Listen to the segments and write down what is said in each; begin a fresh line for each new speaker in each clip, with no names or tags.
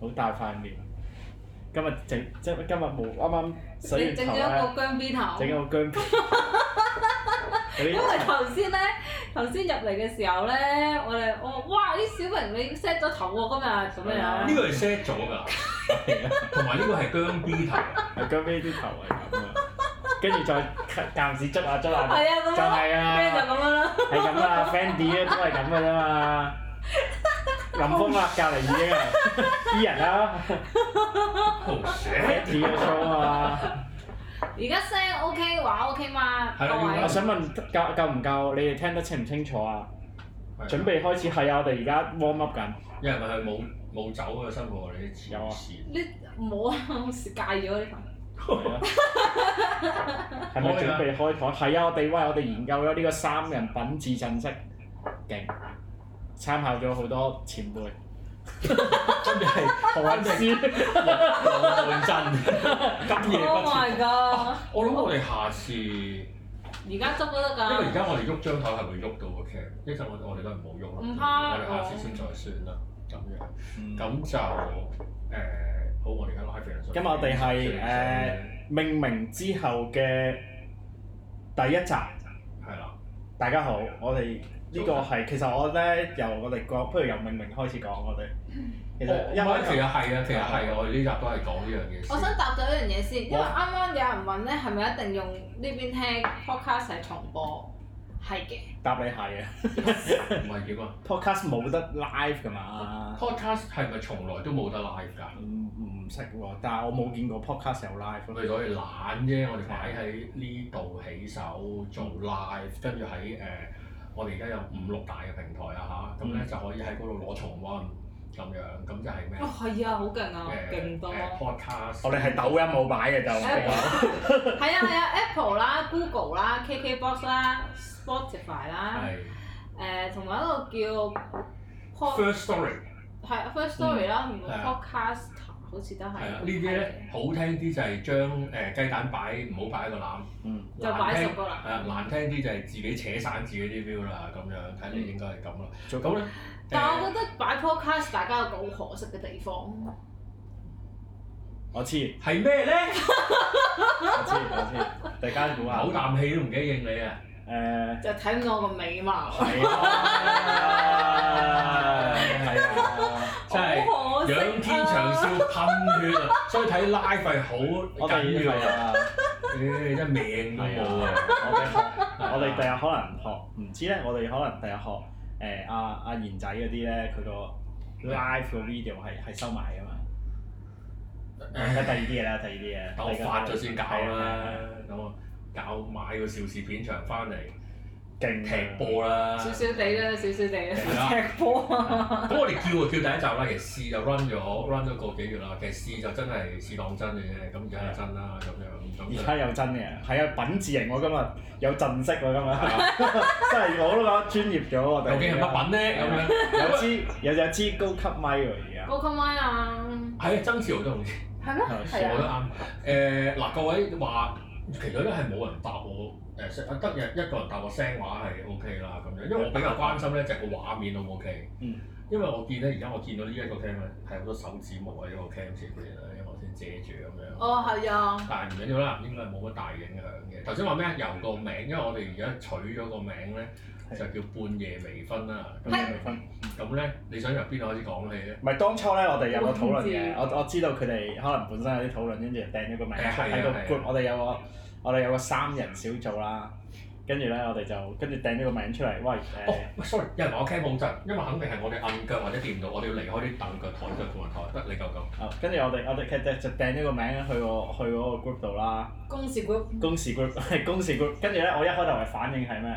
好大塊面。今日整即係今日冇啱啱洗
你
完
整
頭
咗個
啊
咧，
姜邊頭
整。咗個姜片。嗰
因為頭先咧，頭先入嚟嘅時候咧，我哋我話哇啲小明你 set 咗頭喎今日咁樣
呢
樣，
個係 set 咗㗎，
啲係啊
同埋呢個係姜 B 頭。
係姜片啲頭係咁啊，跟住再間時捽下捽下，
係啊咁
就
樣，
係
咩就
啊，
咁樣啦。
係咁啦，Fendi 都係咁嘅啫 嘛。林峰啊，隔離已經啊，啲人啊
好 shit！
，Fendi 嘅 show 啊嘛。
而家聲 OK 話 OK 嘛，各
係啦啊
位
我想問夠夠唔夠？你哋聽得清唔清楚啊？準備開始係啊！我哋而家 warm up 緊。
有人問佢冇冇酒嘅生活，你黐
有啊
線。
你唔好啊，我戒咗 呢份。
係啊係咪準備開台？係啊！我哋喂，我哋研究咗呢個三人品字陣式，勁！參考咗好多前輩，
真係
何韻詩，
冇半真，今夜
Oh
不
my
設。
god！
我諗我哋下次，因
而家執都得
為而
㗎，
家我哋喐張台係會喐到個 cam，一陣我我哋都係唔好喐啦。
唔怕
我哋下次先再算啦。咁樣，
咁
咁就誒好，我哋而家攞喺肥
今日我哋係誒命名之後嘅第一集。
係啦，
大家好，我哋呢個係其實我咧由我哋講，不如由明明開始講我哋。其實
哦
因
唔係其
為
實係啊，其實係啊，我哋呢集都係講呢樣嘢先。
我想答咗一樣嘢先，因為啱啱有人問咧，係咪一定用呢邊聽 podcast 係重播？係嘅，
答你係啊
唔係點啊
，podcast 冇得 live 㗎嘛，
？Podcast 係咪從來都冇得 live 㗎？
唔唔識喎，但係我冇見過 podcast 有 live
我
咯。
哋攞嚟懶啫，我哋擺喺呢度起手做 live，跟住喺誒我哋而家有五六大嘅平台啊嚇，咁咧
嗯
就可以喺嗰度攞重温咁樣，咁就係咩
哦？係啊，好勁啊，勁
誒
多。
誒 podcast，
我哋哦係啊抖音冇擺嘅就
係啊係啊，Apple 啦、Google 啦、KKBox 啦、Spotify 啦，
係
誒同埋一個叫 Pod
first story
係啊 First Story 啦，同
係
埋
啊
Podcast 好似都係。
係啊，呢啲咧好聽啲就係將誒雞蛋擺唔好擺喺個籃，
嗯，
就擺
難
十
聽
個啦。
係啊難聽啲就係自己扯散自己啲 view 啦，咁樣睇你應該係咁啦。
做
咁咧，
但係我
誒
覺得擺 podcast 大家有個好可惜嘅地方，
我知
係咩咧？
我知我知，大家估下
唞啖氣都唔記得應你啊！
誒
就睇唔到我個尾嘛。
係
啊
啊係啊，
真係
好可惜啊
仰天長笑噴血啊！所以睇 live 係好
我哋
緊要
係
啊！
啊。
誒，真係命都冇啊！
我哋學，我哋第日可能學，唔知咧，我哋可能第日學誒阿阿賢仔嗰啲咧，佢個 live 個 video 係係收埋噶嘛。
誒
第二啲嘢啦，第二啲嘢。
等我發咗先搞
係
啦
啊，
咁我搞買個邵氏片場翻嚟
勁啊
踢 波啦！
少少地啦，少少地
係啊
啦，踢波啊！
咁我哋叫就叫第一集啦，其實試就 run 咗，run 咗個幾月啦。其實試就真係試當真嘅啫，咁而家係真啦，咁樣咁
而
就
家有真嘅，係啊，品字型我今日有陣式喎，今 日真係我都覺得專業咗我哋。
究竟係乜品咧？咁樣
有支有有支高級咪喎，而家。
高級咪啊，
係啊，曾志豪都好似。
係咩？
係
係
我
啊，
都啱。誒嗱，各位話，其實咧係冇人答我誒聲，得一一個人答我聲話係 O K 啦咁樣，因為我比較關心咧就係個畫面 O 唔 O K。
嗯。
因為我見咧，而家我見到呢一個 cam 咧係好多手指模喺呢個 cam 前邊啦，因為我先遮住咁樣。
哦係啊，
但係唔緊要啦，應該係冇乜大影響嘅。頭先話咩？啊由個名，因為我哋而家取咗個名咧，就叫半夜微醺啦。咁
咁有分。
咁咧，你想由邊度開始講起咧？
唔係當初咧，我哋有個討論嘅，
嗯
我我知道佢哋可能本身有啲討論，跟住掟咗個名
誒係啊
喺個
係啊
group，我哋有個我哋有個三人小組啦，跟住咧我哋就跟住掟咗個名出嚟，喂
哦，喂，sorry，有人話我 cam 好震，因為肯定係我哋摁腳或者掂到，我哋要離開啲凳腳、台腳同埋台，得你夠夠。
誒，啊跟住我哋我哋其實就掟咗個名去個去嗰個 group 度啦，
公事 group。
公事 group 係公事 group，跟住咧我一開頭嘅反應係咩？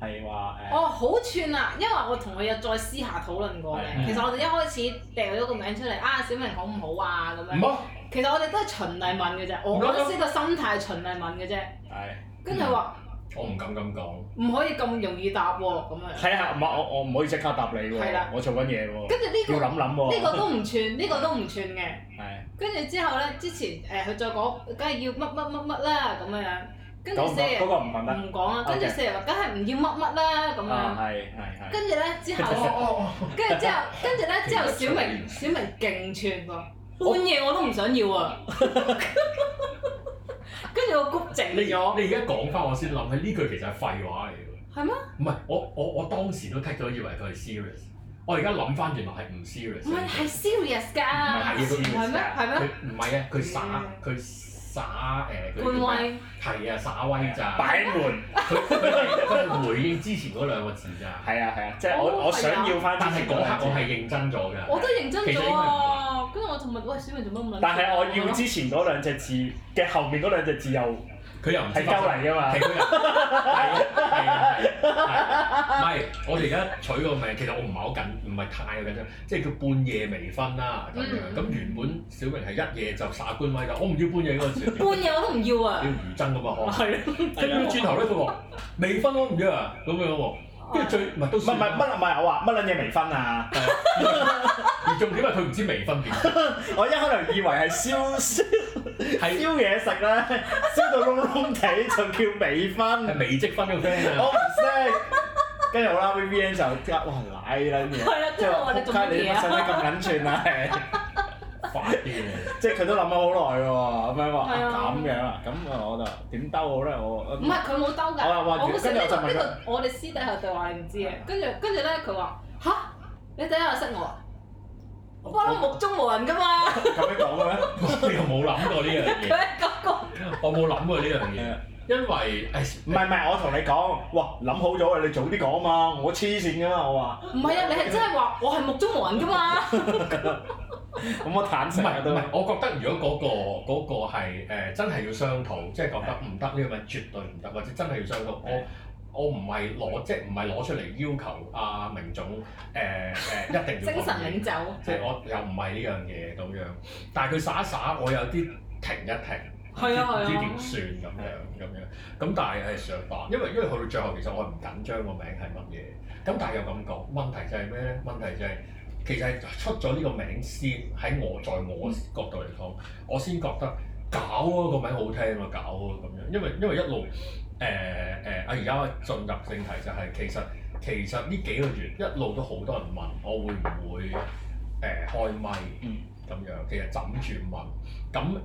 係話誒
哦，好串啊！因為我同佢有再私下討論過
係
嘅。其實我哋一開始掉咗個名出嚟，啊，小明好唔好啊咁
唔
嗯
樣。
好，
其實我哋都係循例問嘅啫，我
唔該
我嗰時個心態係循例問嘅啫。
係
跟住話
我唔敢咁講。
唔可以咁容易答喎，咁樣。
嗯係啊，唔係我我唔可以即刻答你
係
喎
啦，
我做緊嘢喎，
跟住呢個
要諗諗
呢個
喎，
都唔串，呢個都唔串嘅。
係
跟住之後咧，之前誒佢再講，梗係要乜乜乜乜啦咁樣樣。跟
講
住
唔
四
講嗰
爺
個唔問得
唔講啊，跟住
OK
四爺話梗係唔要乜乜啦咁
啊，
樣，
係係係。
跟住咧之後我。
哦哦，
跟住之後，跟住咧之後，小明小明勁串喎，半夜我都唔想要啊！跟住我谷靜
你
咗，
你而家講翻我先諗起呢句其實係廢話嚟嘅，
係咩？
唔係我我我當時都剔咗，以為佢係 serious，我而家諗翻原來係唔 serious
唔係係 serious 㗎，
係
係
佢
係咩？係
佢
咩？
唔係啊，佢耍佢耍誒，佢
冠威
係啊耍威咋，
擺門
佢佢係佢係回應之前嗰兩個字咋，
係啊係啊，即係
哦
我我
係啊
想要翻，
但係嗰刻我係認真咗
我
嘅，
都認真
其實
咗
應該
啊！跟住我同埋喂小明做乜咁撚？
但係我要之前嗰兩隻字嘅後面嗰兩隻字又係
佢又唔知
鳩嚟㗎嘛
係，佢又係啊係啊係啊，唔係我哋而家取個名，其實我唔係好緊，唔係太緊張，即係叫半夜微醺啦咁樣。
嗯
咁原本小明係一夜就耍官威㗎，我唔要半夜嗰個字，
半夜我都唔要
要
啊！
餘真㗎 嘛，我
係咯，
跟住轉頭咧，佢話未婚我唔約啊，咁樣喎。
哦
跟住最唔係都
唔係唔係乜唔係我話乜撚嘢未婚啊？
而重點係佢唔知微分點，
我一開頭以為係燒 燒
係
燒嘢食咧，燒到窿窿地就叫未婚，
係微積分嘅 friend 啊。
我唔識。跟住好啦 v B N 就哇奶撚嘢，
係啦，
即
跟住我話你
仆
做乜
街你
嘢
乜使
啊？
唔使咁撚串啊？ 係
發癲啊！
即係佢都諗咗好耐喎，咁樣話
係啊
啊咁樣啊，咁我就點兜好咧？我
唔係佢冇兜㗎，
我話話
我好識
跟住
呢
我就
個
問佢
呢個，我哋私底下對話你唔知嘅。跟住跟住咧，佢話吓，你第一日識我啊，我不嬲目中無人㗎嘛。
咁樣講嘅咩？
我又冇諗過呢樣
佢
嘢，
喺嗰個
我冇諗過呢樣嘢，
啊
因為誒
唔係唔係，我同你講，哇諗好咗啊！你早啲講嘛，我黐線噶嘛，我話，
唔係啊！你係真係話我係目中無人㗎嘛？
咁我坦
唔
誠啊
係
都
唔，係，我覺得如果嗰個嗰個係誒真係要商討，即係覺得唔得呢個咪絕對唔得，或者真係要商討。我我唔係攞即係唔係攞出嚟要求阿明總誒誒一定要
精神領袖
即係我又唔係呢樣嘢咁樣，但係佢耍一耍，我有啲停一停，
係啊
唔知
係啊
點算咁樣咁樣。咁但係係上當，因為因為去到最後，其實我係唔緊張個名係乜嘢。咁但係又咁講，問題就係咩咧？問題就係、其實係出咗呢個名先，喺我在我角度嚟講，我先覺得搞啊個名好聽啊，搞啊咁樣，因為因為一路誒誒啊而家進入正題就係、其實其實呢幾個月一路都好多人問我會唔會誒、開咪
嗯
咁樣，其實枕住問咁誒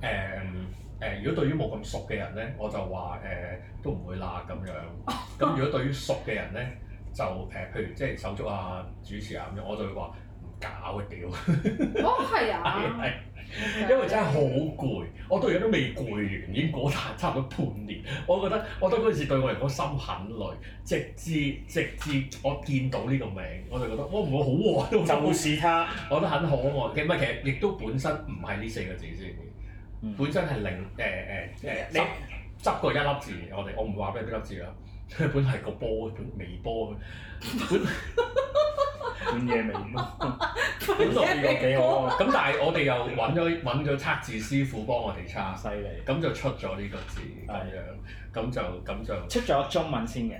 誒，如果對於冇咁熟嘅人咧，我就話誒、都唔會啦咁樣。 咁如果對於熟嘅人咧，就誒、譬如即係手足啊、主持啊咁樣，我就會話唔搞啊屌！
哦，係
係
啊，
係因為真係好攰，我到而家都未攰完，已經過曬差唔多半年。我覺得我覺得嗰陣時對我嚟講心很累，直至直至我見到呢個名，我就覺得我唔會好喎，都
就是他，
我覺得很可愛。其實唔係，其實亦都本身唔係呢四個字先，
嗯
本身係零誒誒誒
你
執執過一粒字，我哋我唔話俾你邊粒字啦。 本係個波，本微波，本
半夜未
本
本來呢個幾好啊，
咁但係我哋又揾咗 揾咗測字師傅幫我哋測。
犀利，
咁就出咗呢個字咁
係
樣，咁就咁就
出咗中文先嘅，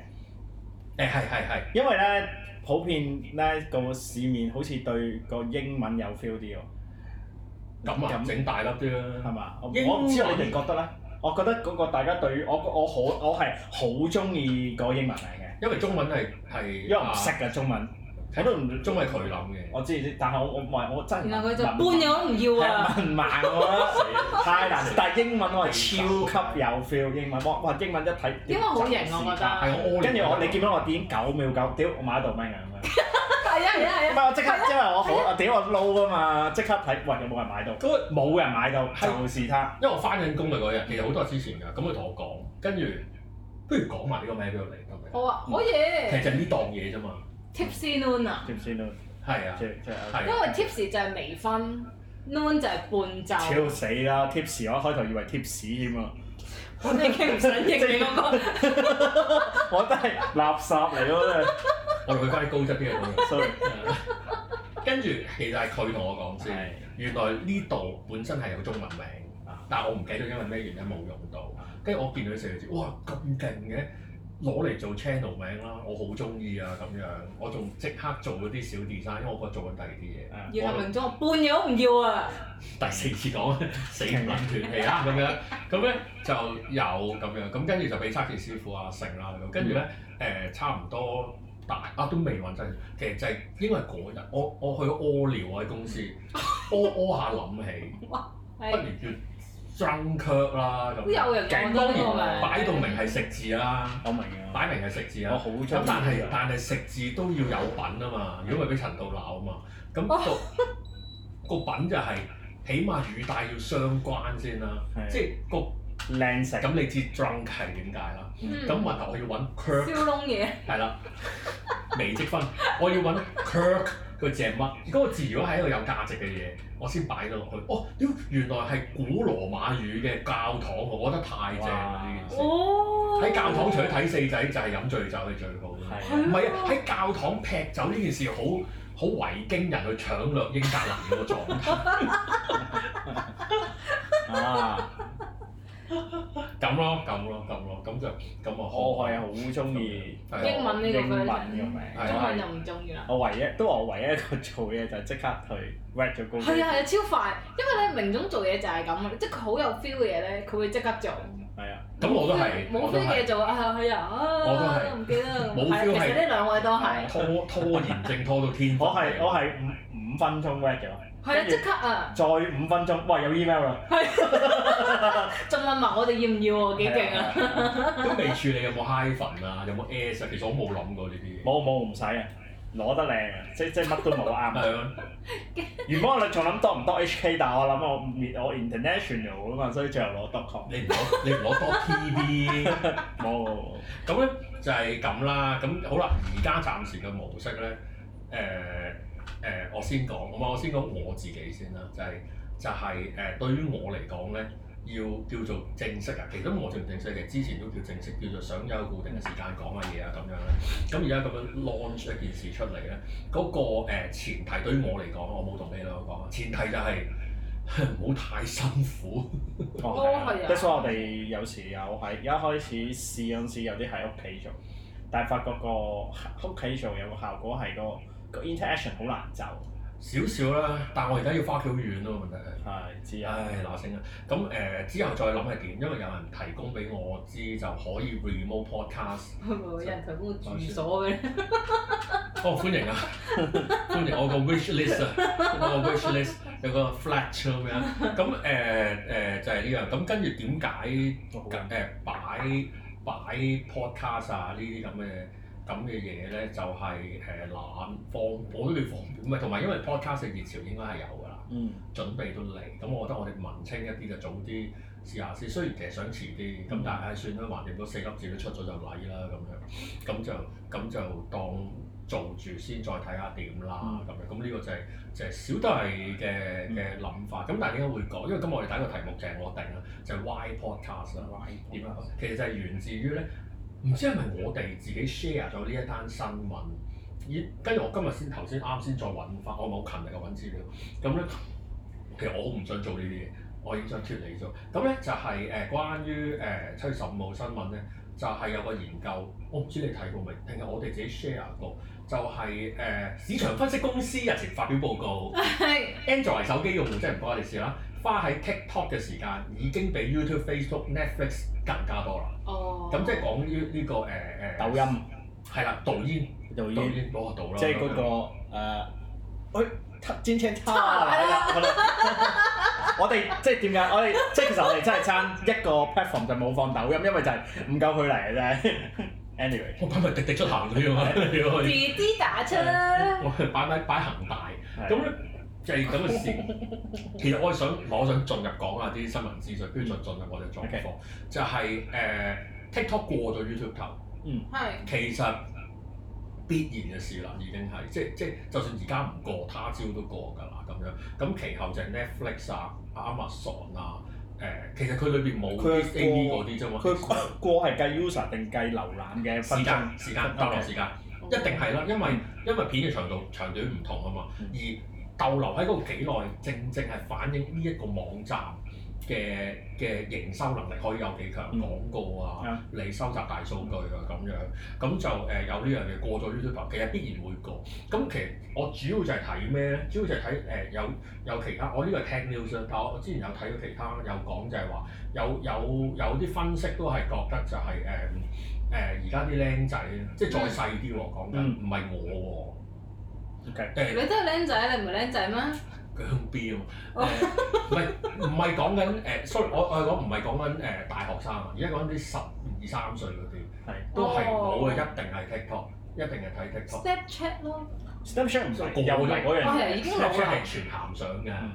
誒係係係，
因為咧普遍咧個市面好似對個英文有 feel 啲喎，
咁啊整大粒啲啦
係，嘛？我
英
我
文
唔知你哋覺得咧，我覺得嗰個大家對我我好我係好中意個英文名嘅，
因為中文係係啊
因為我唔識嘅中文，我都唔
中文係佢諗嘅，
我知知，但係我我唔係我真係
然後佢就
文
半嘢我都唔要啊！
係文盲我覺得太難，但係英文我係超級有 feel 英文，哇哇英文一睇
英文好型啊我覺得
係我屙尿
跟住我你見到我點九秒九，屌我買到咩啊咁樣，
係啊係啊
唔
係啊！
係我即刻，因為我好我屌我撈啊嘛，即刻睇，喂有冇人買到？
嗰個
冇人買到，
係
就是他。
因為我翻緊工啊嗰日，其實好多日之前㗎，咁佢同我講，跟住不如講埋呢個名俾我嚟得唔得？
我話可以
其實就係呢檔嘢啫嘛，
tipsy noon 啊，
知唔知道？
係啊
即即係
係
因為 tips 就係微醺，noon 就係半晝。
超死啦！tips 我一開頭以為 tips 添啊，
我已經唔想應你嗰個，
我真係垃圾嚟咯，真係。
我哋去翻啲高質啲嘅 咁樣
sorry，
跟住其實係佢同我講先，
係
原來呢度本身係有中文名
啊，
但係我唔記得因為咩原因冇用到。跟住我見到四個字，哇咁勁嘅，攞嚟做 channel 名啦，我好中意啊咁樣，我仲即刻做嗰啲小 design，因為我覺得做緊第二啲嘢。
啊
然後明咗我半嘢我唔要啊！
第四次 講咧，死唔撚斷氣啦咁樣，咁咧就有咁樣，咁跟住就俾沙琪師傅啊成啦，咁跟住咧
嗯
誒差唔多大啊都未穩陣，其實就係因為嗰日我我去屙尿喺公司，
嗯
屙屙下 諗起，不
係
如叫 drunk 啦
都
咁，
有人講得呢個名，
擺到明係食字啦，
我明啊，
擺明係食字
我
啦。
好中意
咁但係
啊
但係食字都要有品啊嘛，如果咪俾陳導鬧啊嘛，咁
哦
個個品就係、起碼語帶要相關先啦，
嗯
係
即係個
靚食
咁你知 drunk 係點解啦？咁
嗯，
問題我要揾 Kirk
燒窿嘢，
係啦，微積分，我要揾 Kirk 佢隻乜？嗰、個字如果係一個有價值嘅嘢，我先擺到落去。哦，屌，原來係古羅馬語嘅教堂喎，我覺得太正啦呢件事。
哦，
喺教堂除咗睇四仔，就係飲醉酒係最好啦。
係
唔
係
係啊，喺教堂劈酒呢件事好好維京人去搶掠英格蘭嗰個狀態
啊，
咁咯，咁咯，咁咯，咁就咁啊，
我哦係好中意
係啊
英文呢個
英文
version
嘅名，
中
係
我
文
係
就唔中意啦。
我唯一都話我唯一一個做嘢就即刻去 rap 咗高
係
係
啊係啊，超快！因為咧明總做嘢就係咁啊，即係佢好有 feel 嘅嘢咧，佢會即刻做。
係啊，
咁我都係，
冇
我都
feel 嘅
係
做啊係啊，
我都
啊
係
唔記得啦。
冇
係
feel
其實呢兩位都係，
拖拖延症拖到天。
我哦係我係五五分鐘 rap 咗，
係啊
跟住
即刻啊！
再五分鐘，喂有 email 啦，
仲問埋我哋要唔要喎，幾勁啊！
係啊！
都未處理有冇 hyphen 啊，有冇 s 啊？其實我冇諗過呢啲嘢。
冇冇唔使啊，攞得靚啊，即即乜都冇啱。
係啊，
原本我仲諗多唔多 HK，但係我諗我滅我 international 啊嘛，所以最後攞 dot com
你唔攞你唔攞多 TV，
冇冇冇
咁咧就係咁啦。咁好啦，而家暫時嘅模式咧，誒、誒、我先講，咁啊，我先講我自己先啦，就係、就係、誒、對於我嚟講咧，要叫做正式啊，其實我仲唔正式嘅，之前都叫正式，叫做想有固定嘅時間講下嘢啊咁樣咧。咁而家咁樣 launch 一件事出嚟咧，嗰、個、誒前提對於我嚟講，我冇同你兩個講，啊前提就係 唔好太辛苦。
哦
都係啊
即所以我哋有時有喺而家開始試嗰陣時，有啲喺屋企做，但係發覺個屋企做有個效果係個個 interaction 好難就
少少啦，但我而家要翻屋企好遠咯，問題係。
係知啊，
唉，嗱聲啦，咁誒、之後再諗係點，因為有人提供俾我知就可以 remote podcast，
會唔會有人提供個住所嘅咧？
哦歡迎啊，歡迎我個 wish list 啊，我個 wish list 有個 flat 咁樣，咁誒誒就係呢樣，咁跟住點解？
我好
誒
緊
擺擺 podcast 啊呢啲咁嘅咁嘅嘢咧，就係誒懶放，我都叫放唔係，同埋因為 podcast 嘅熱潮應該係有㗎啦，
嗯
準備都嚟，咁我覺得我哋文青一啲就早啲試下先，雖然其實想遲啲，咁但係唉算啦，橫掂嗰四粒字都出咗就嚟啦咁樣，咁就咁就當做住先，再睇下點啦
嗯
咁樣，咁呢個就係、就係小弟嘅嘅諗法，咁但係點解會講？因為今日我哋第一個題目就係我定啦，就係 why podcast 啦。點啊？其實就係源自於咧，唔知係咪我哋自己 share 咗呢一單新聞，咦？跟住我今日先頭先啱先再揾翻，我咪好勤力嘅揾資料。咁咧，其實我好唔想做呢啲嘢，我已經想脱離咗。咁咧就係、誒、關於誒七月十五號新聞咧，就係、有個研究，我唔知你睇過未，定係我哋自己 share 過，就係、誒、市場分析公司日前發表報告。
係
Android 手機用戶真係唔關我哋事啦，花喺 TikTok 嘅時間已經比 YouTube、Facebook、Netflix 更加多啦。
哦，
咁即係講於呢個誒誒
抖音
係啦，導演
導
導
演，
演攞個導啦，
即係嗰個誒，喂，煎青叉啦，係啦，我哋 我哋即係點解？我哋即係其實我哋真係爭一個 platform 就冇放抖音，因為就係唔夠距離嘅啫。anyway。
我擺埋滴滴出行嗰啲嘛，
字
我
啲打出
係擺埋擺恒大，
係
咁咧就係咁嘅事。 其實我係想我想進入講下啲新聞資訊，跟住再進入我哋狀況，就係誒 TikTok 過咗 YouTube 頭。
係
其實必然嘅事啦，已經係即即就算而家唔過，他朝都過㗎啦咁樣。咁其後就係 Netflix 啊、Amazon 啊，誒、其實佢裏邊冇
佢係
Disney 嗰啲啫嘛。
佢過係計 user 定計瀏覽嘅
時
分
間
鐘？
時間逗留時間一定係啦，因為因為片嘅長度長短唔同啊嘛
嗯，
而逗留喺嗰度幾耐，正正係反映呢一個網站嘅嘅營收能力可以有幾強，
嗯
廣告啊
啊，
你收集大數據啊咁樣，咁就誒、有呢樣嘢過咗 YouTube，其實必然會過。咁其實我主要就係睇咩咧？主要就係睇誒有有其他，我呢個係聽 news 啦但我之前有睇過其他有講就係話有有有啲分析都係覺得就係誒嗯誒而家啲僆仔即係再細啲喎，講緊
嗯
唔係我
，OK，
喎誒。
你都係僆仔，你唔係僆仔咩？
姜標，
哦
誒唔係唔係講緊誒，sorry，我我係講唔係講緊誒大學生啊，而家講緊啲十二三歲嗰啲，
係哦
都係
哦
冇嘅，啊一定係 TikTok，一定係睇 TikTok。
Snapchat 咯，
Snapchat 唔係
過咗
又唔係嗰樣
我其
嘢，
實已經老
Snapchat
啦
係。全鹹相嘅，
嗯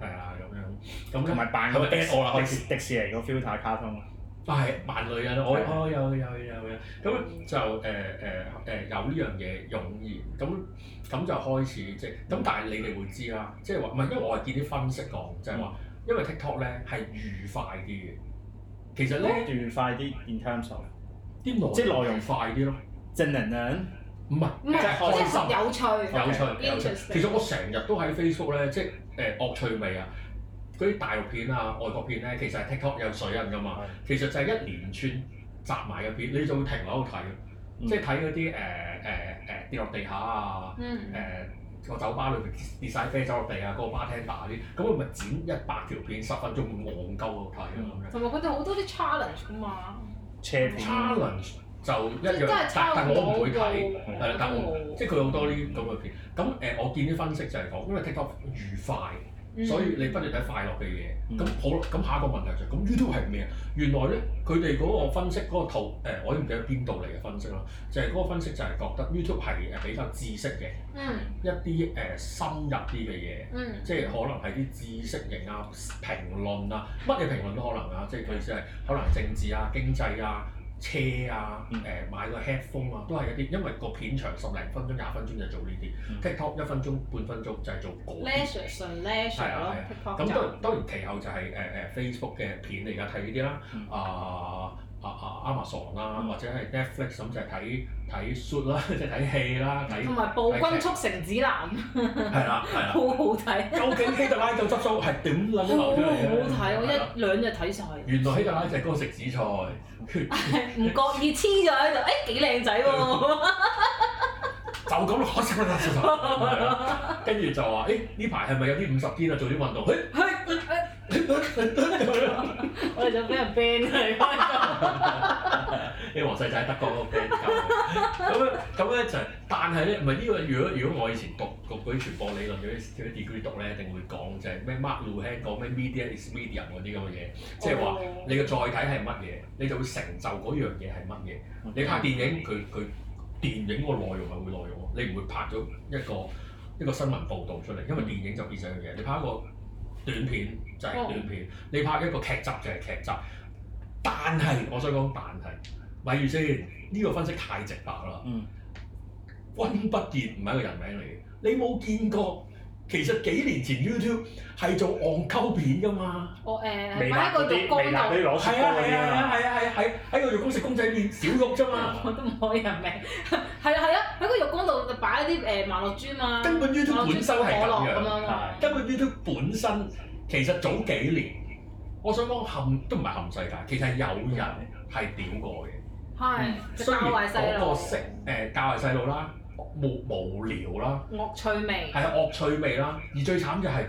係啊咁樣，咁
同
咧
埋扮
係咪
個迪士
at 我啦開
迪士迪士尼個 filter 卡通啊，
係扮女人，我
係
我有有有有，咁就誒誒誒有呢樣嘢湧現，咁咁就開始即係咁，但係你哋會知啦，即係話唔係因為我係見啲分析講，就係話
嗯
因為 TikTok 咧係愉快啲嘅，其實咧。
愉快啲 in terms of 啊
啲內
哦即係內容
快啲咯，
正能量。
唔係
唔係，
即係開
即
心
係有趣。
有趣
Okay.
有趣。
Interesting
其實我成日都喺 Facebook 咧，即係誒惡趣味啊，嗰啲大陸片啊、外國片咧，其實係 TikTok 有水印噶嘛，其實就係一連串集埋嘅片，你就會停留喺度睇，
嗯
即係睇嗰啲誒誒誒跌落地下啊，誒、
嗯，
個酒吧裏面跌晒啤酒落地啊，個 bartender 嗰啲，咁啊我咪剪一百條片，十分鐘戇鳩喺度睇咯咁樣。
同埋佢哋好多啲 challenge 噶嘛，
車片啊
challenge 就
即係
一
真係，
樣但
challenge
但我唔會睇。
嗰個
係啦，但我
嗰個
即係佢好多呢啲咁嘅片。咁誒、我見啲分析就係講，因為 TikTok 愉快，
嗯
所以你不斷睇快樂嘅嘢。
嗯
咁、好啦，咁下一個問題就係、咁 YouTube 係咩啊？原來咧，佢哋嗰個分析嗰、個圖誒、我都唔記得邊度嚟嘅分析啦，就係、嗰個分析就係覺得 YouTube 係誒比較知識嘅
嗯
一啲誒、深入啲嘅嘢。
嗯
即係可能係啲知識型啊、評論啊，乜嘢評論都可能啊，即係佢意思係可能政治啊、經濟啊、車啊、誒、
嗯
買個 headphone 啊，都係一啲，因為個片長十零分鐘、廿分鐘就做呢啲、
嗯
TikTok 一分鐘、半分鐘就係做嗰啲。
，leisure 純 leisure 咯，TikTok
啊咁當
就
然當然其後就係誒誒 Facebook 嘅片你而家睇呢啲啦
嗯，
啊啊啊 Amazon 啦，
嗯
或者係 Netflix 咁就係睇睇 shoot 啦，即係睇戲啦，睇
同埋暴君速成指南，
係啦係啦。
好好睇，
究竟希特拉就執數係點
好
諗
好
流出嚟嘅
睇，我
啊係啦
一兩日睇晒，
原來希特拉就係嗰個食紫菜，
唔覺意黐咗喺度，誒幾靚仔
嗯
喎，
就咁攞食啦食啦，跟住就話：，誒呢排係咪有啲五十天啊？做啲運動，誒
我哋就俾人 ban 佢
你黃世仔德國嗰個 friend 咁樣咁咧就係，但係咧唔係呢個。如果如果我以前讀讀嗰啲傳播理論嗰啲嗰啲 degree 讀咧，一定會講就係咩 Mark l u h a n 講咩 media is medium 嗰啲咁嘅嘢，即係話
哦
你嘅載體係乜嘢，你就會成就嗰樣嘢係乜嘢。你拍電影，佢佢電影個內容係會內容喎，你唔會拍咗一個一個新聞報導出嚟，因為電影就變成一樣嘢。你拍一個短片就係短片，你拍一個劇集就係劇集。但係我想講，但係，例如先呢個分析太直白啦。
嗯，
君不見唔係一個人名嚟嘅，你冇見過。其實幾年前 YouTube 係做戇鳩片噶嘛，
我哦誒
微
擺
辣
喺個
嗰
浴
啲，微辣
缸
嗰啲
度，
攞出
係啊
嗰
係
啲
啊
啊
係啊係啊係啊喺個浴缸食公仔麵小玉啫嘛。
啊 我都唔可以人名，係啊係啊，喺個浴缸度就擺啲誒麻樂珠嘛，
根本 YouTube 本身係
可
咁
樂咁
樣，
樣嘛。
係
根本 YouTube 本身其實早幾年，我想講冚都唔係冚世界，其實係有人係屌過嘅，
係，就教壞細
嗰個
路，
識誒教壞細路啦，無無聊啦，
惡趣味，
係啊惡趣味啦，而最慘就係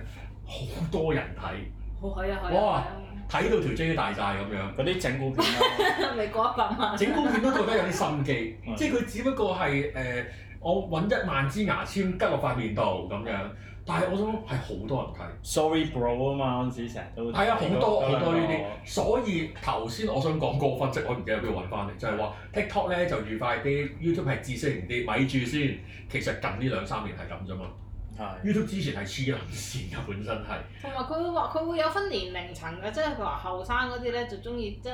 好多人睇，
好係啊係
哇
啊，
睇到條 J 大晒咁樣。
嗰啲整蠱 片
係啊 未過一百萬，
整蠱片都覺得有啲 心機
嗯，
即係佢只不過係誒、呃我揾一萬支牙籤吉落塊面度咁樣，但係我想講係好多人睇。
，sorry bro 啊嘛，嗰陣時成日都
係啊，好多好多呢啲，所以頭先我想講嗰個分析，我唔記得邊度揾翻嚟，就係話 TikTok 咧就愉快啲，YouTube 係知識型啲，咪住先。其實近呢兩三年係咁啫嘛
啲，係
，YouTube 之前係黐撚線嘅，本身係
同埋佢會話佢會有分年齡層嘅，即係佢話後生嗰啲咧就中意即係誒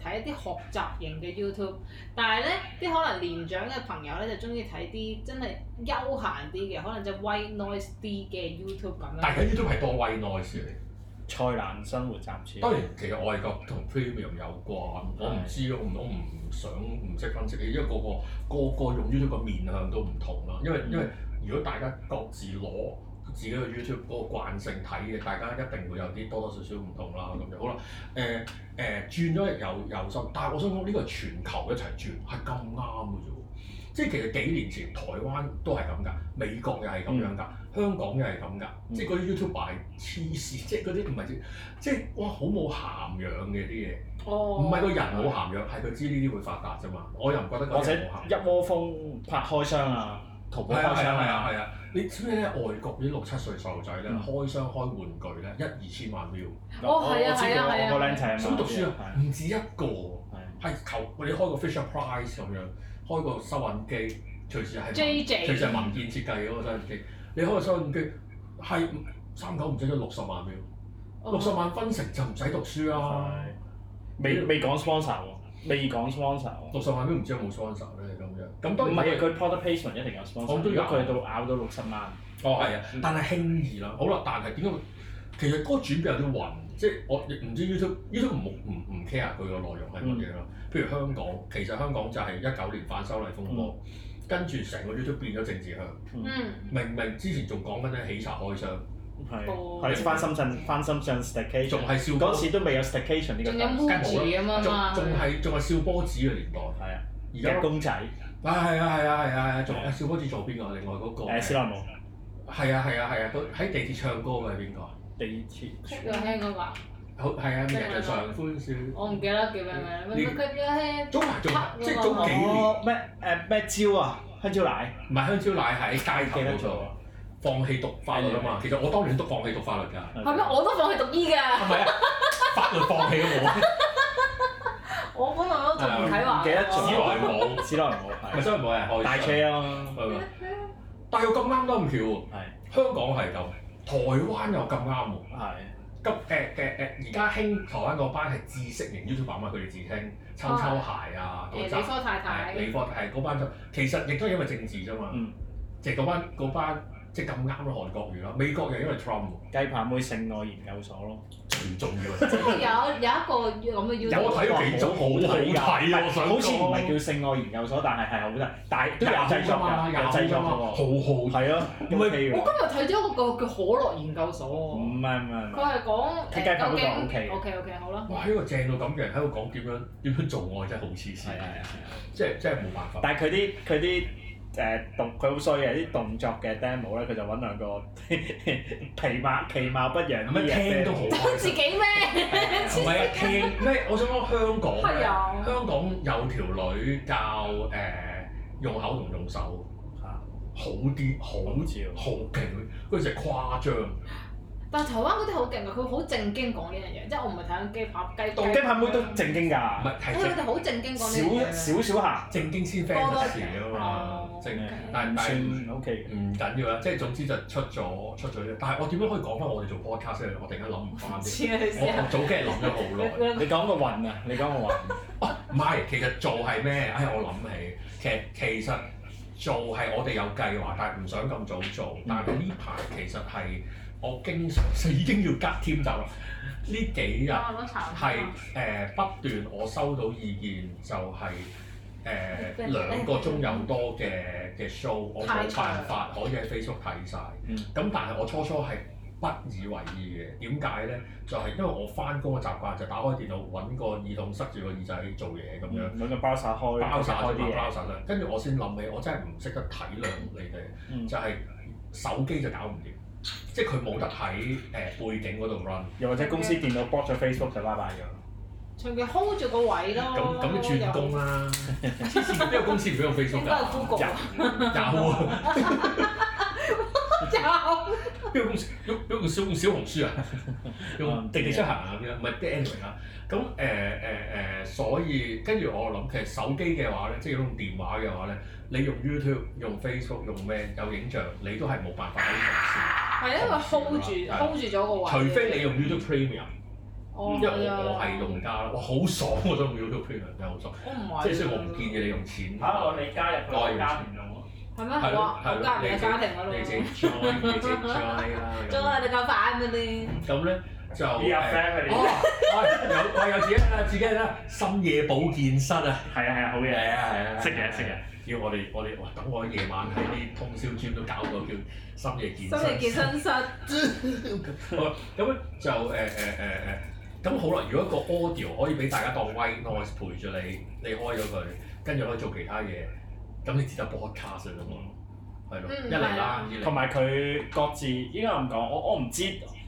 睇一啲學習型嘅 YouTube，但係咧啲可能年長嘅朋友咧就中意睇啲真係休閒啲嘅，可能就 white noise 啲嘅 YouTube 咁
但
樣。
係而家 YouTube 係多 white noise 嚟。
蔡瀾生活啊暫時
當然，其實外國同 premium 有關，我唔知，我唔我唔想唔識分析，因為個個個個用 YouTube 嘅面向都唔同啦。因為因為如果大家各自攞自己嘅 YouTube 嗰個慣性睇嘅，大家一定會有啲多多少少唔同啦咁樣。好啦，誒、誒、轉咗由由心，但係我想講呢個係全球一齊轉，係咁啱嘅啫喎。即係其實幾年前台灣都係咁㗎，美國又係咁樣㗎，香港又係咁㗎，
嗯
即係嗰啲 YouTube 係黐線， 即係嗰啲唔係黐即係哇好冇涵養嘅啲嘢。
哦，
唔係個人冇涵養，係佢知呢啲會發達啫嘛。我又唔覺得
或
嗰
者
人冇涵
一
養。
窩蜂拍開箱啊，淘寶
係啊
開
係
箱
啊係啊係啊！你知唔知咧？外國啲六七歲細路仔咧，
嗯
開箱開玩具咧，一二千萬 view，
我
哦係啊
我知
係啊
道
係啊
我個僆仔啊嘛，
想讀書
係
啊，唔止一個，
係
係求你開個 Fisher Price 咁樣，開個收銀機，隨時係
JJ
隨時係文件設計嗰個收銀機，你開個收銀機係三九唔使咗六十萬 view，六
哦
十萬分成就唔使讀書啊啦。
係未
哦
未講 sponsor 喎，未講 sponsor 喎。
六十萬都唔知有冇 sponsor 咧咁樣，咁當
唔
然
係啊，佢 product placement 一定有 sponsor，
我都有
如果佢到咬到六十萬，
哦，係啊
嗯，
但係輕易啦。好啦，但係點解會？其實嗰個轉變有啲混，即係我亦唔知 YouTube YouTube 唔唔唔 care 佢個內容係乜嘢啦。譬如香港，其實香港就係一九年反修例風波，跟住成個 YouTube 變咗政治向。
嗯，
明明之前仲講緊咧喜茶開箱，
係
哦
係翻深圳翻深圳 staycation，
仲係笑波
嗰，時都未有 staycation 呢個
仲有
單詞
Muji 咁啊
仲
嘛，
仲係仲係笑波子嘅年代。
係啊，
而
日
家
公仔
啊係啊係啊係啊係啊，仲啊笑波子做邊個？另外嗰個
誒史
係啊
萊姆
係啊係啊，佢喺地鐵唱歌嘅係邊個？
地鐵
吸咗輕嗰個，
好係啊，明日常歡笑。
我唔記得叫咩名，咩咩吸咗輕，
早排仲即係早幾年，
哦咩誒咩蕉啊香蕉奶
唔係香蕉奶喺街頭嗰度啊放棄讀法律啊嘛。其實我當年都放棄讀法律㗎，
係咩？我都放棄讀醫㗎，
係咪啊？ 法律放棄咗我，
我本來都讀唔睇話，
啊唔記得
史
咗
萊姆，
史萊姆
咪
係
真係冇人開
大車啊咯，
係咪？但係又咁啱得咁巧喎，
係
香港係咁，台灣又咁啱喎。
係
咁誒誒誒，而家興台灣嗰班係知識型 YouTube 版嘛，佢哋自稱秋秋鞋啊，
誒理科太太，
理科係嗰班就其實亦都係因為政治啫嘛。
嗯
即係嗰班嗰班即係咁啱咯，韓國語啦，美國又因為 Trump
雞扒妹性愛研究所咯。
最重要。
有有一個咁嘅
有
YouTube
我睇過幾組好好睇喎，我想
好似唔係
叫
叫性愛研究所，但係係好睇，但係都有
廿
製作㗎，
嘛，
有
廿
製作
嘛，好
㗎喎。
好睇。
係啊，
唔係
OK
我
㗎
今日睇咗一個叫可樂研究所
唔係
喎，
唔係唔
佢
係，
係講
佢計法嗰個 OK
OK OK 好啦，
哇！呢個正到咁嘅人喺度講點樣點樣做愛真係好黐線
係啊，係啊。
即係即係冇辦法。
但係佢啲佢啲誒動佢好衰嘅啲動作嘅 demo 咧，佢就揾兩個 皮貌皮貌不揚
咁
啲
樣聽都好開
自己
心。
咩？
唔係啊，聽咩？我想講香港
係
咧，
啊，
香港有條女教誒用口同用手
啊
好啲，好
好笑
好勁，嗰陣誇張。
但係台灣嗰啲好勁啊，佢好正經講呢樣嘢，即係我唔係睇緊雞扒雞
動雞扒妹都正經
唔
㗎，
係係
佢
正
哋好正經講啊呢
少
樣嘢。
少少下，
正經先 fantasy 啊嘛
哦，
正
誒
但
唔
但
算 OK
唔緊要啦，即係總之就出咗出咗啫。但係我點樣可以講翻我哋做 podcast 咧？我突然間諗唔翻啲。
黐啊你
我我
線！
早幾日諗咗好耐。
嘅。你講個運啊，你講個運，
哦，唔係，其實做係咩？哎，我諗起，其實其實做係我哋有計劃，但係唔想咁早做。但係呢排其實係我經常 已經要隔添就啦。呢幾日
我攞茶
啊係誒不斷我收到意見就係、誒兩個鐘有多嘅嘅 show，我冇辦法可以喺 Facebook 睇晒。
嗯
咁但係我初初係不以為意嘅，點解咧？就係、因為我翻工嘅習慣就打開電腦揾個耳筒塞住個耳仔做嘢咁樣。
兩個包晒開，
包晒
嗯開
啫
啲
嘛，包
嘢，
晒啦。跟住我先諗起，我真係唔識得體諒你哋，
嗯
就係手機就搞唔掂，即係佢冇得喺誒背景嗰度 run。
又或者公司電腦 block 咗 Facebook 就拜拜咗。
長期 hold 住個位咯。
咁咁都轉工啦，黐線邊個公司唔俾用
又。應
Facebook
該係
㗎？
Google
有啊，
有
邊個公司用用小用小紅書啊， 用滴滴出行啊咁樣，唔係啲 anyway 啦。咁誒誒誒，所以跟住我諗，其實手機嘅話咧，即係如果用電話嘅話咧，你用 YouTube、用 Facebook、用咩有影像，你都係冇辦法可
係因
以同時
為 hold 住 hold 住咗個位。
除非你用 YouTube Premium，
哦，
因為我我係用家啦，哇好爽啊！我想用 YouTube Premium 真係好爽，
我唔係。
即係雖然我唔建議你用錢。
你加入
個家
庭用咯。
係咩？好啊，我加入你家庭嗰
你自己
度。
join，你自己 join 啦。
做啊，你夠快嗰啲。
咁咧就誒，
family
哦，我有我有自己啦，自己啦，深夜保健室啊，
係啊係啊，好嘢。
啊係啊
識嘅識嘅。
要我哋我哋哇，等我夜晚喺啲通宵 gym 都搞個叫深夜健
心理健
身。
身室，
好啦咁樣就誒誒誒誒。咁好啦，如果個 audio 可以俾大家當 white noise 陪住你，你開咗佢，跟住可以做其他嘢，咁你只得 podcast 啫嘛，係咯，
嗯
一嚟啦，二嚟
同埋佢各自應該咁講，我我唔知，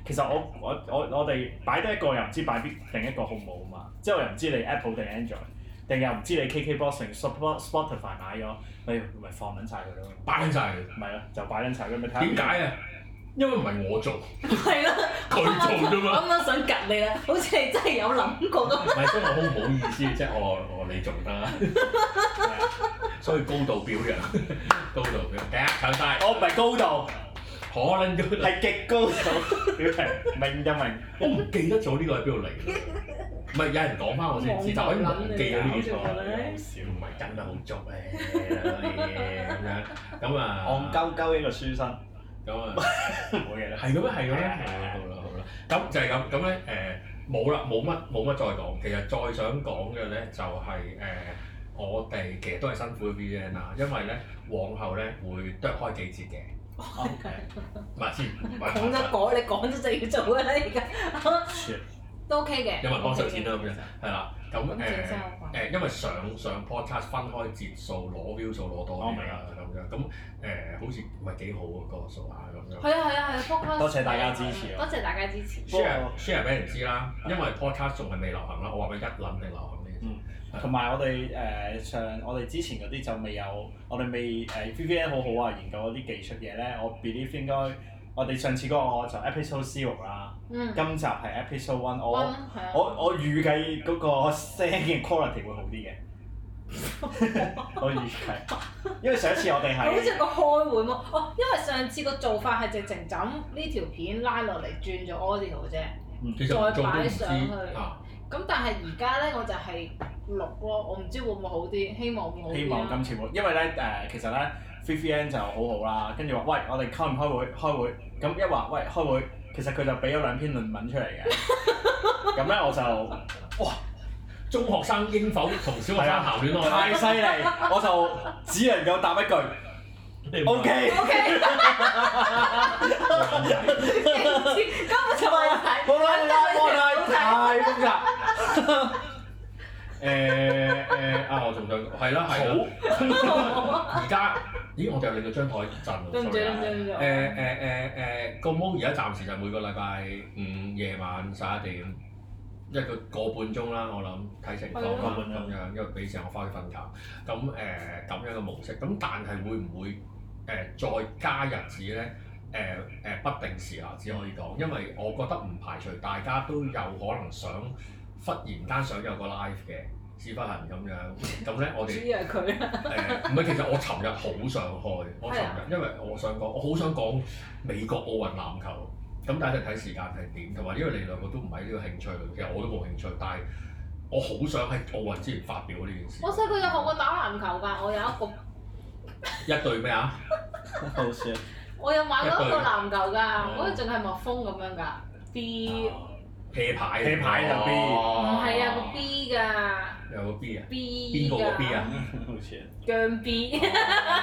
其實我我我我哋擺低一個又唔知擺邊另一個好唔好嘛，即係我又唔知你 Apple 定 Android，定又唔知你 KKBox 定 Spot- Spotify 買咗，咪咪放撚晒佢咯，
擺緊晒佢。
唔係啦，就擺撚晒佢咪睇下
點解啊？因為唔係我做，
係啦，
佢做啫
我
嘛。
啱啱想及你啦，好似你真係有諗過咁。
唔係，即係我好唔好意思，即係我我你做得， 所以高度表揚， 高度表揚。第一睇 晒，
哦我唔係高度，
可能都
係極高度表情，明就明。
我唔記得咗呢個係邊度嚟嘅。唔係有人講翻我先知，但我已經忘記咗呢件事。
網絡諗
好笑，唔係跟得好足咧，咁樣咁啊，
戇鳩鳩一個書生，
咁啊。
冇嘢啦。
係咁樣，係咁樣，
係啊
好
係
啦
啊
好啦好啦，咁就係咁咁咧誒，冇啦冇乜冇乜再講，其實再想講嘅咧就係、誒、我哋其實都係辛苦嘅 VN 啦，因為咧往後咧會剁開幾節嘅，唔係先，唔係
講得講，你講咗就要做㗎啦，而家
Shit
都 OK 嘅。
有人幫手
剪
剪啦咁樣，係啦，咁
咁剪
誒
先。好快
誒，因為上上 podcast 分開節數攞 view 數攞多啲啦，咁樣咁誒，好似唔係幾好啊個數啊咁樣。
係啊係啊係啊，
多謝大家支持啊
多謝大家支持。
share share 俾人知啦，因為 podcast 仲係未流行啦，我話俾一諗定流行呢件事
同埋我哋誒、呃上我哋之前嗰啲就未有，我哋未誒、呃 VVN 好好啊，研究嗰啲技術嘢咧，我 believe 應該我哋上次嗰個就 episode zero 啦，
嗯，
今集係 episode one，
我
我我
啊
我預計嗰個聲嘅 quality 會好啲嘅， 我預計，因為上一次我哋
好似
係
個開會喎，哦，因為上次個做法係直情就咁呢條片拉落嚟轉咗 audio 啫，
其實唔做都唔知
再擺上去
啊，
咁但係而家咧我就係錄咯，我唔知會唔會好啲，希望會好啲啊
希望今次會，因為咧誒、呃其實咧 VVN 就好好啦，跟住話喂我哋開唔開會開會，咁一話喂開會，其實佢就俾咗兩篇論文出嚟嘅， 咁咧我就。
中學生應否同小學生
係啊
談戀愛
太
咧
犀利，我就只能夠答一句
啊
O K。
O K，根本就冇睇，
冇啦冇啦冇啦，太複雜。
誒 誒啊！我仲想係啦係啦，而家咦我哋又令到張台震喎
對唔住
sorry
對
啊
唔住對唔住，
誒誒誒誒個 m 而家暫時就每個禮拜五夜晚十一點一個個半鐘啦，我諗睇情況
係
咯
啦咁樣，因為俾時間我翻去瞓覺。咁誒咁樣嘅模式，咁但係會唔會誒、再加日子咧？誒誒、不定時啦，只可以講，因為我覺得唔排除大家都有可能想忽然間想有個 live 嘅。屎忽痕咁樣，咁咧我哋
主要係佢啊，
誒唔係，其實我尋日好想開，我尋日因為我想講，我好想講美國奧運籃球，咁但係睇時間係點，同埋因為你兩個都唔係呢個興趣裏，其實我都冇興趣，但係我好想喺奧運之前發表呢件事。
我細個有學過打籃球㗎，我有一個
一對咩啊？
好笑。
我有買過一個籃球㗎，
嗯
嗰個仲係蜜蜂咁樣㗎，B
啤牌，
啤牌就 B
唔
哦
係啊個 B 㗎
有個 B 啊？
B
邊個個 B
㗎
啊？
好 笑。
姜 B。
哦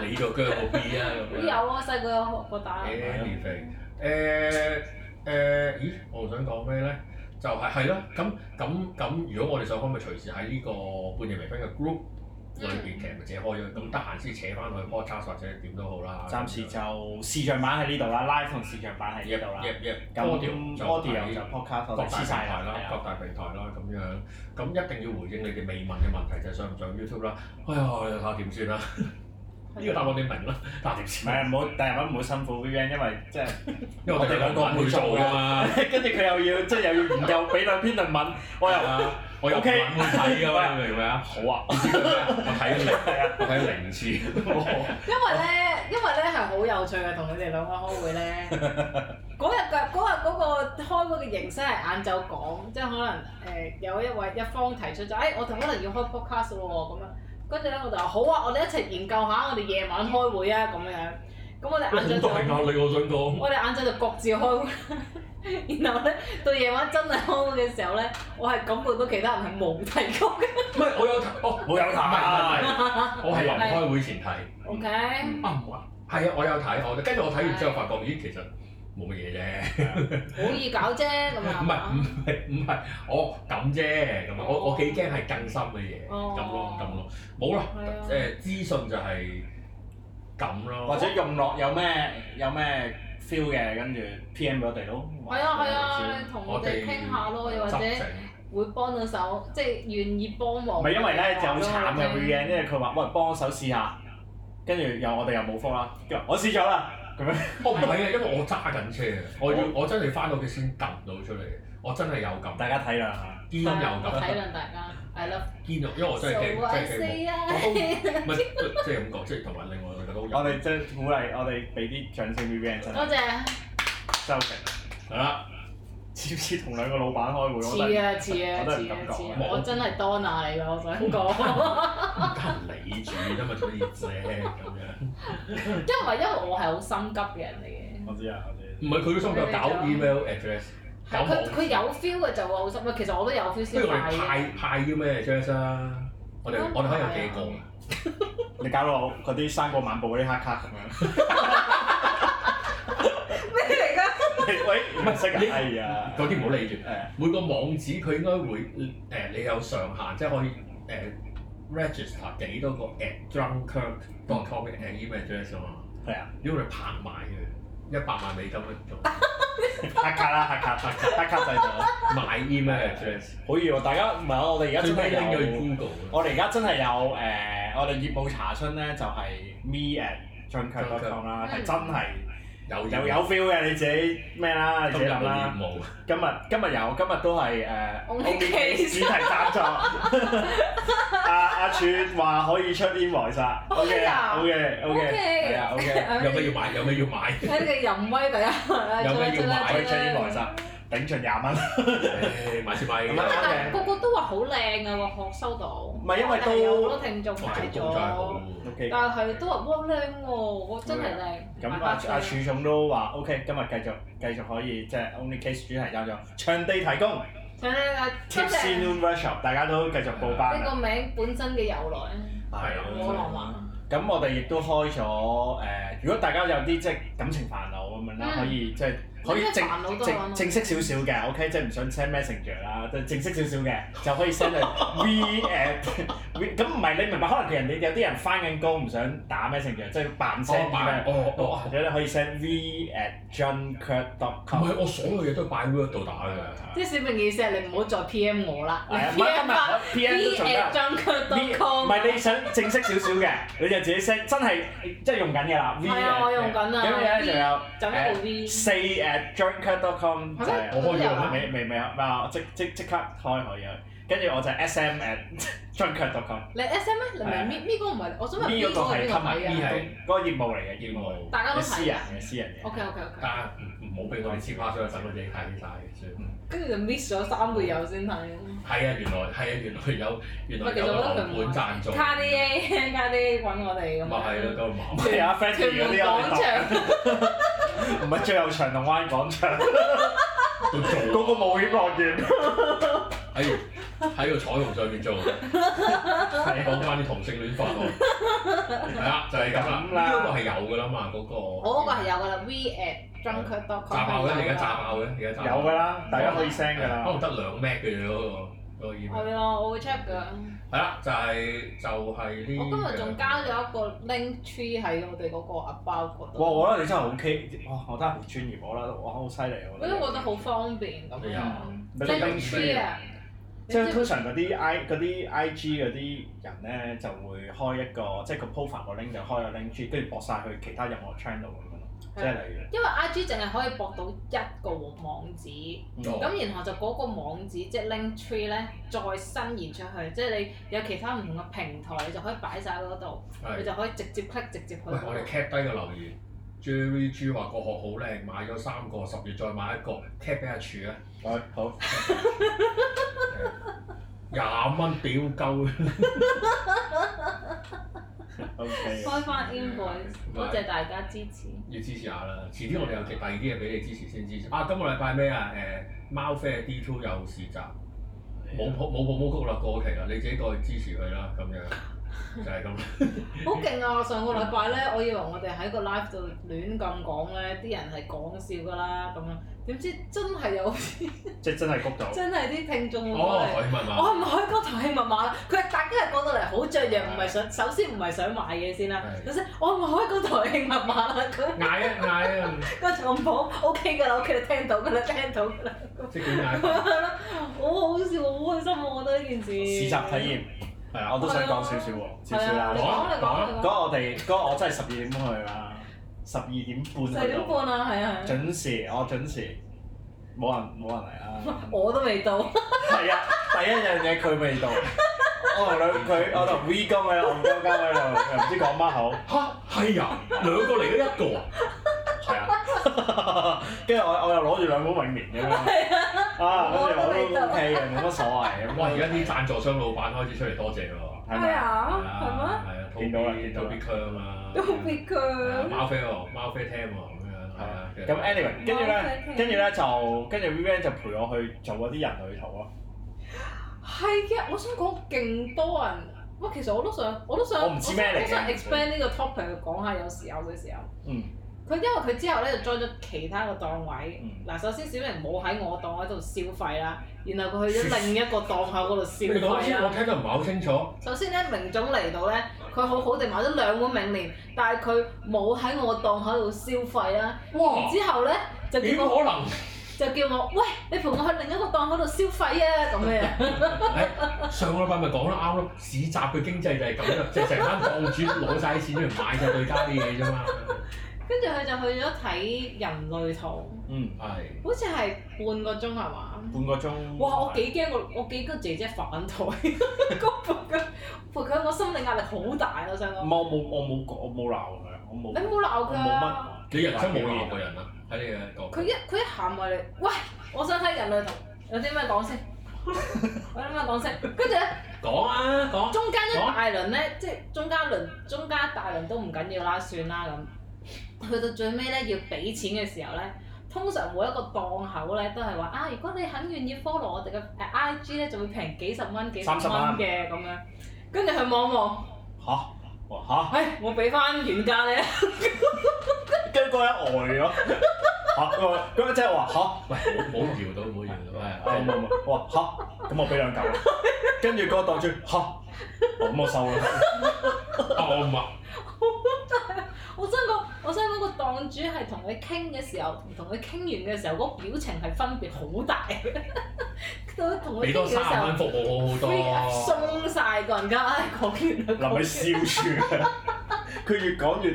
你個姜個 B 啊咁樣。
有啊，細個有學過打。
Anyway，誒誒，咦，我想講咩咧？就係係咯，咁咁咁，如果我哋想開，咪隨時喺呢個半夜微醺嘅 group 裏邊，其實咪自己開咗，咁得閒先扯翻去 podcast 或者點都好啦。
暫時就視像版喺呢度啦，live 同視像版喺呢度啦。
Yep, yep, yep，
咁
audio 就
audio
喺
就 podcast
各
我哋
大
黐
平
晒
台
啦
啦，，
係
各
啊
大平台啦咁樣，咁一定要回應你哋未問嘅問題，就係上唔上 YouTube 啦。哎呀，睇下點算啦。
啊
呢個答案你明啦，但係點
唔
算？
係唔好，第日唔好辛苦 Vivian，因為即係
因為我哋兩個唔會做㗎嘛。
跟住佢又要即係又要研究俾兩篇論文，我又
啊！我有
OK
晚會睇㗎嘛，你明唔明啊？
好啊，
我睇零，我睇零次。
因為咧，因為咧係好有趣嘅，同你哋兩個開 會咧。嗰日嘅嗰日嗰個開會嘅形式係晏晝講，即係可能誒、有一位一方提出咗，誒、哎我哋可能要開 podcast 咯喎咁樣。跟住咧我就話好啊，我哋一齊研究下，我哋夜晚開會啊咁樣。咁我哋晏晝就
壓力，我想講。
我哋晏晝就各自開會。 然後咧到夜晚真係開嘅時候咧，我係感覺到其他人係冇提高嘅。
唔係我有睇，哦
冇有啊睇
唔係唔係唔係我係臨開會前睇
O K。
啊，唔係係啊，我有睇，我跟住我睇完之後發覺，咦，其實冇乜嘢啫。
好易搞啫咁啊！
唔係唔係唔係，我咁啫咁啊！我我幾驚係更深嘅嘢咁
哦
咯咁咯，冇啦
係啊
誒資訊就係咁咯，
或者用落有咩有咩 feel 嘅，跟住 PM 俾我哋咯。
係啊係啊，你同
我
我哋
哋
傾下咯，又或者
執整
會幫到手，即係願意幫
唔
忙。
係因為咧就好
啊
慘
啊
嘅 v 嘅，因為佢話喂幫我手試下，跟住又我哋又冇覆啦，跟住我試咗啦，咁樣
哦唔係啊，因為我揸緊車，啊我要我真係翻到屋企先撳到出嚟，我真係有撳，
大家體諒下。
堅
係啊
有
我體
撳，
諒大家，I love。
堅又因為我哦真係驚真係驚冇，
啊
我都唔係即係咁講，即係同埋另外我覺得
我
好
哋即係鼓勵我哋俾啲掌聲 v 嘅真
多
係
謝。
收皮。
係啦，
似唔似同兩個老闆開會？我
似
真係
啊似啊
我都係
似
咁
啊
講
似啊！
冇
我真係 Donna 嚟㗎，我 想講，
唔得人理住啫嘛，所以啫咁樣。
因為因為我係好心急嘅人嚟嘅。
我知啊，我知。
唔係佢嘅心就搞 email address，搞
係佢佢
網。
有 feel 嘅就會好心急，其實我都有 feel
不
先
如我
快
哋
嘅。
派派啲咩 address 啊？我哋我哋可以有幾個㗎？
你搞到嗰啲生果晚報嗰啲黑卡咁 樣。
咩嚟㗎？
喂，唔識啊！哎呀，
嗰啲唔好理住。
誒
每個網址佢應該會誒、你有上限，即係可以誒、register 幾多個 at drunkirk.com 嘅 email address 啊嘛。
係啊，
如果你拍埋佢一百萬美金一做
黑卡啦，黑卡，黑卡，黑卡制度。
買 email address，
好嘢喎！大家唔係我哋而家
最
真
尾拎咗
係
去
有，
Google 啊。
我哋而家真係有誒，我哋業務查詢咧就係 me at j u n k e c o m 啦，係真係
有
又有 feel 嘅，你自己咩啦，你
今
自
日
己
嗯冇
諗啦
業。務，
今日今日有，今日都係誒
Only
Only 主
case
題贊 助。阿阿柱話可以出 invoice 啊，OK 啊，OK OK，
OK
係啊 OK，
有 咩要買？有咩要 買？
喺呢個淫威底下，
有咩要買
可以出 invoice 啊，頂盡廿蚊。
誒買先買
咁
先。
啊
但係個個都話好靚啊喎，學收到。唔
係因為都
有好多聽眾
哇
買
做工真係
咗
好，。
OK，
但係都話哇靚喎，我真係靚。
咁啊阿
買把車
阿柱總都話 OK，今日繼續繼續可以即係 only case 主題贊助，場地提供
睇睇睇，真
Tipsy
係
Noon Workshop，大家都繼續報班
呢個
啦。
名本身嘅由來，
係啊
好浪漫。
咁我哋亦都開咗誒、呃如果大家有啲即係感情煩惱咁樣啦，
嗯
可以即係可以
有咩煩惱啊
正
都可以
正正式少少嘅，OK，即係唔想 send messenger 啦，即係正式少少嘅就可以 send 去 V 誒 咁唔係你明白？可能人哋有啲人翻緊工唔想打 messenger，即係扮 send
哦，
email
拜哦哦
或。者咧可以 send v at
唔
junkert.com。
係，我所有嘢都係擺 Word 度打嘅。
即係小明嘅意思係你唔好再 PM 我啦，你
係啊，唔係
PM
唔係
翻
我 PM 都仲
b
得
at。
V-
junker.com
唔。係你想正式少少嘅，你就自己 send，真係即係用緊嘅啦。V
係啊
at-
我用緊啊
咁咧
V-
就有
就一部 V。
四 at junker.com
係
就
咩
係
我開咗啦
未未未有，嗱即即即刻開可以去，跟住我就 sm at junker.com。
你 S M 咩？你咪咪咪嗰個唔係，我想問
V
咪
啊嗰
嗰
個
個
係
邊
c o
個
m
睇啊
e
嘅？
係嗰個業務嚟嘅業
業
務，
務，
大家都
你
睇
私
嘅
人。嘅私人嘅
O K。O K O
啊
K。
但唔好俾我哋黐孖雙手，我自己睇晒嘅先。
跟住就 miss 咗三個友先睇。
嗯係啊，原來係啊，原來有原
啊
來
喂其實
有
我覺
個樓
得佢唔
盤贊助。
卡啲 A 卡啲 A 揾我哋咁。
咪係咯，咁啊 麻
即係有 friend
屯
嗰
門
啲我哋當唔
廣場，
係最後長龍灣廣場
都
嗰
做。
個冒險樂園。
喺喺個彩虹上 面做，講翻啲同性戀法案。係啦，就係咁啦。呢個係有㗎啦嘛，嗰個。
我嗰個係有㗎啦，V at drunkard.com。
炸爆嘅，而家炸爆嘅，而家炸。
有㗎。啦，大家可以 send 㗎
可
啦。
能得兩 m 嘅啫，嗰個嗰個 email。
係啊，我會 check 㗎。
係啦，就係就係呢。
我今日仲加咗一個 link tree 喺我哋嗰個 about 嗰度。
哇！我覺得你真係好 K，哇！我覺得好專業，我覺得哇好犀利，啊我
我
覺得嗯
都。覺得好方便咁
係
樣
啊。
你
link tree 啊，
即
你知唔
係
知
通常嗰啲 I 嗰啲 IG 嗰啲人咧就會開一個，即係個 profile 個 link 就開個 link tree，跟住駁晒去其他任何 channel 咁樣咯。即係例如，
因為 I G 淨係可以駁到一個網址，
哦
咁然後就嗰個網址即係 link tree 咧，再伸延出去，即係你有其他唔同嘅平台，你就可以擺晒喺嗰度，
係
你就可以直接 click 直接去
喂，
嗰
我哋
度。
cap 低個留言，Jerry G 話個殼好靚，買咗三個，十月再買一個，cap 俾 阿柱啊，
好好，
廿蚊屌鳩，
O K，
開翻 invoice，多謝大家支持。
要支持下啦，遲啲我哋有第二啲嘢俾你支持先支持。啊，今個禮拜咩啊？誒、貓啡 D Two 有市集，
啊
冇冇冇冇冇曲啦，過期啦，你自己過去支持佢啦，咁樣就係 咁。
好勁啊！上個禮拜咧，我以為我哋喺個 live 度亂咁講咧，啲人係講笑㗎啦咁樣，點知真係有
即係真係谷到。
真係啲聽眾會過
哦，
嚟。
海文
我
啊，
唔可以講頭戲密碼啦，佢係大家係講到嚟好雀躍，唔係想首先唔係想買嘢先啦，
係
首先我唔可以講頭戲密碼啦，咁
嗌一嗌啊，
個藏寶 OK 㗎啦，OK 你聽到㗎啦，聽到㗎啦，
即管嗌
咁樣咯，好好笑，好開心啊！我覺得呢件事
市集體驗係啊，我都想講少少喎，少少啦
係啊，你。講你講
嗰
你講，
日我哋嗰日我真係十二點去啦，十二點半
四
去
點
到，
半啦，係啊係啊，
準時我準時，冇人冇人嚟啦。
我都未到。
係啊，第一樣嘢佢未到，我同佢佢我同 V 哥喺度，戇鳩鳩喺度，又唔知講乜好。
嚇係啊，兩個嚟咗一個啊，
係啊，跟住我我又攞住兩本永年咁樣，啊，跟住我都 OK 嘅，冇乜所謂啊咁。
哇！而家啲贊助商老闆開始出嚟多謝咯，
係咪啊？
係
啊
啊，係啊，
見到啦見到啦
Toby 強啊，
別佢
貓啡喎，貓啡聽喎，咁樣
係
係
啊
啊，
咁 anyway，跟住咧，跟住咧就跟住 Vivian 就陪我去做嗰啲人類圖咯。
係嘅，我想講勁多人。喂，其實我都想，我都想，
我唔知咩嚟嘅
我想 expand 呢個 topic 去講下，有時候嘅時候，
嗯
佢因為佢之後咧就 join 咗其他個檔位。
嗯，
嗱，首先小明冇喺我檔位度消費啦，然後佢去咗另一個檔口嗰度消
你講
費
先，我
啦。
聽得唔係好啊清楚。
首先咧，明總嚟到咧，佢好好地買咗兩碗明年，但係佢冇喺我檔口度消費啦。
哦
哇！
之後咧就
點啊
叫
可
我
能？
就叫我，喂，你陪我去另一個檔口度消費啊咁 樣。
誒上個禮拜咪講得啱咯，市集嘅經濟就係咁 啦，就係成班檔主攞晒錢嚟買晒對家啲嘢啫嘛。
跟住佢就去咗睇人類圖，
嗯，
係
好似係半個鐘係嘛？
半個鐘。
哇！我幾驚個我幾個姐姐反台， 嗰半個陪佢，我心理壓力好大啊！我想
唔
講，
係我冇我冇我冇鬧佢，啊我
你
冇
冇鬧
我
佢
冇
啊！
乜。
你人生冇鬧過人啊？喺你嘅角
佢一佢一行埋嚟，喂！我想睇人類圖，有啲咩 講先？有啲咩講先？跟住咧，
講啊講，
中間一大輪咧，即係中間一輪中間一大輪都唔緊要啦，算啦咁。去到最尾咧，要俾錢嘅時候咧，通常每一個檔口咧都係話啊，如果你肯願意 follow 我哋嘅誒 IG 咧，就會平幾十蚊、幾十蚊
30蚊
嘅咁樣。跟住佢望一望，
嚇！哇
唉，我俾翻原價咧，
嚇！跟住嗰一呆咗。嚇！咁即係話嚇。
喂，冇冇搖到，冇搖到，
啊冇
喂，
冇冇，我話嚇，咁我俾兩嚿啦，跟住嗰個檔主嚇，哦咁我收啦，
我哦唔係，
我想講，我想講個檔主係同佢傾嘅時候，同同佢傾完嘅時候，嗰、表情係分別好大 嘅。到同佢
俾
傾
多
嘅時
三十
候
蚊。服務好好
free 啊
多。
鬆晒個人家，唉講完啦，講
臨
完
佢笑住，佢越講越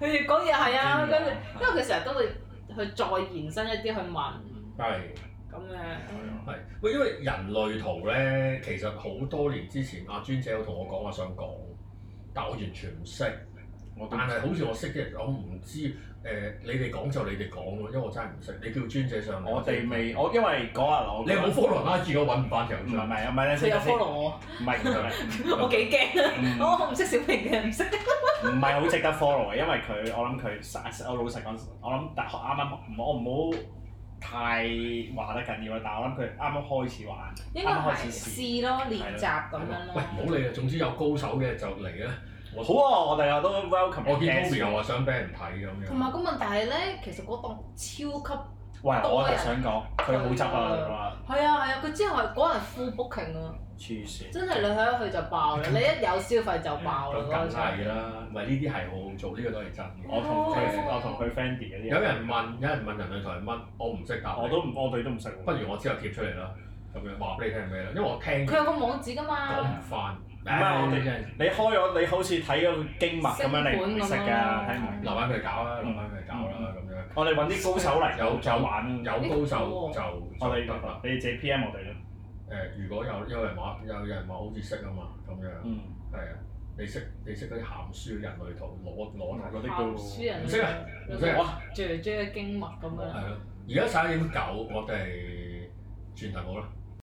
佢越講嘢係啊，
嗯
跟住因為佢成日都會去再延伸一啲去問
係
咁樣，
係，喂，因為人類圖咧，其實好多年之前阿專姐有同我講話想講，但我完全唔識。
我都
但係好似我識嘅人，我唔知誒、你哋講就你哋講咯，因為我真係唔識。你叫專姐上嚟，
我哋未，我因為嗰日我嗯
你冇 follow 啦，自己揾唔翻條
唔係唔
上。
係唔係你
佢
先
有
等先，
follow 我，
唔係唔係
我幾驚啊！
唔
我我唔識小明嘅，唔識。
唔係好值得 follow 嘅，因為佢我諗佢我老實講，我諗大學啱啱我唔好太話得緊要啦，但係我諗佢啱啱開始玩，
應該
啱啱
係
開始試。
試咯，練習咁樣咯。
喂，唔好理啦，總之有高手嘅就嚟啦。我
好啊，我哋都 welcome
我見
guest
Tommy 又話想俾人睇咁
同埋
樣。
個問題係咧，其實嗰檔超級
喂，我係想講佢好執啊，佢話
係啊係啊，佢之後係嗰人 full booking 啊，
黐線。
真係你去一去就爆啦，你一有消費就爆啦
咁
嗰
梗
陣。
係啦，唔係呢啲係好好做，呢、個都係真嘅。
我同佢
哦
我同佢 friendy 嗰啲。
有人問，有人問人類圖係乜，我唔識答你。
我都唔，我哋都唔識
不
喎。
如我之後貼出嚟啦，咁樣話俾你聽係咩啦，因為我聽
佢有個網址㗎
講
嘛
唔。翻。唔
係我哋你開咗，你好似睇咗個經脈咁樣，你唔會識㗎，睇唔明。
留翻佢搞啦，留翻佢搞啦，咁樣。
我哋揾啲高手嚟
有
就玩。
有高手就
我
就
哋
得啦。
你哋自己 PM 我哋咯。
誒、如果有有人話有人話好似識啊嘛，咁樣
嗯，
係啊，你識你識嗰啲鹹書人類圖攞
嗰
攞
啲
鹹
都
書人
唔識啊
有
唔識
個
啊
嚼嚼嘅經脈咁樣。
係咯。而家十一點九，我哋轉頭好啦，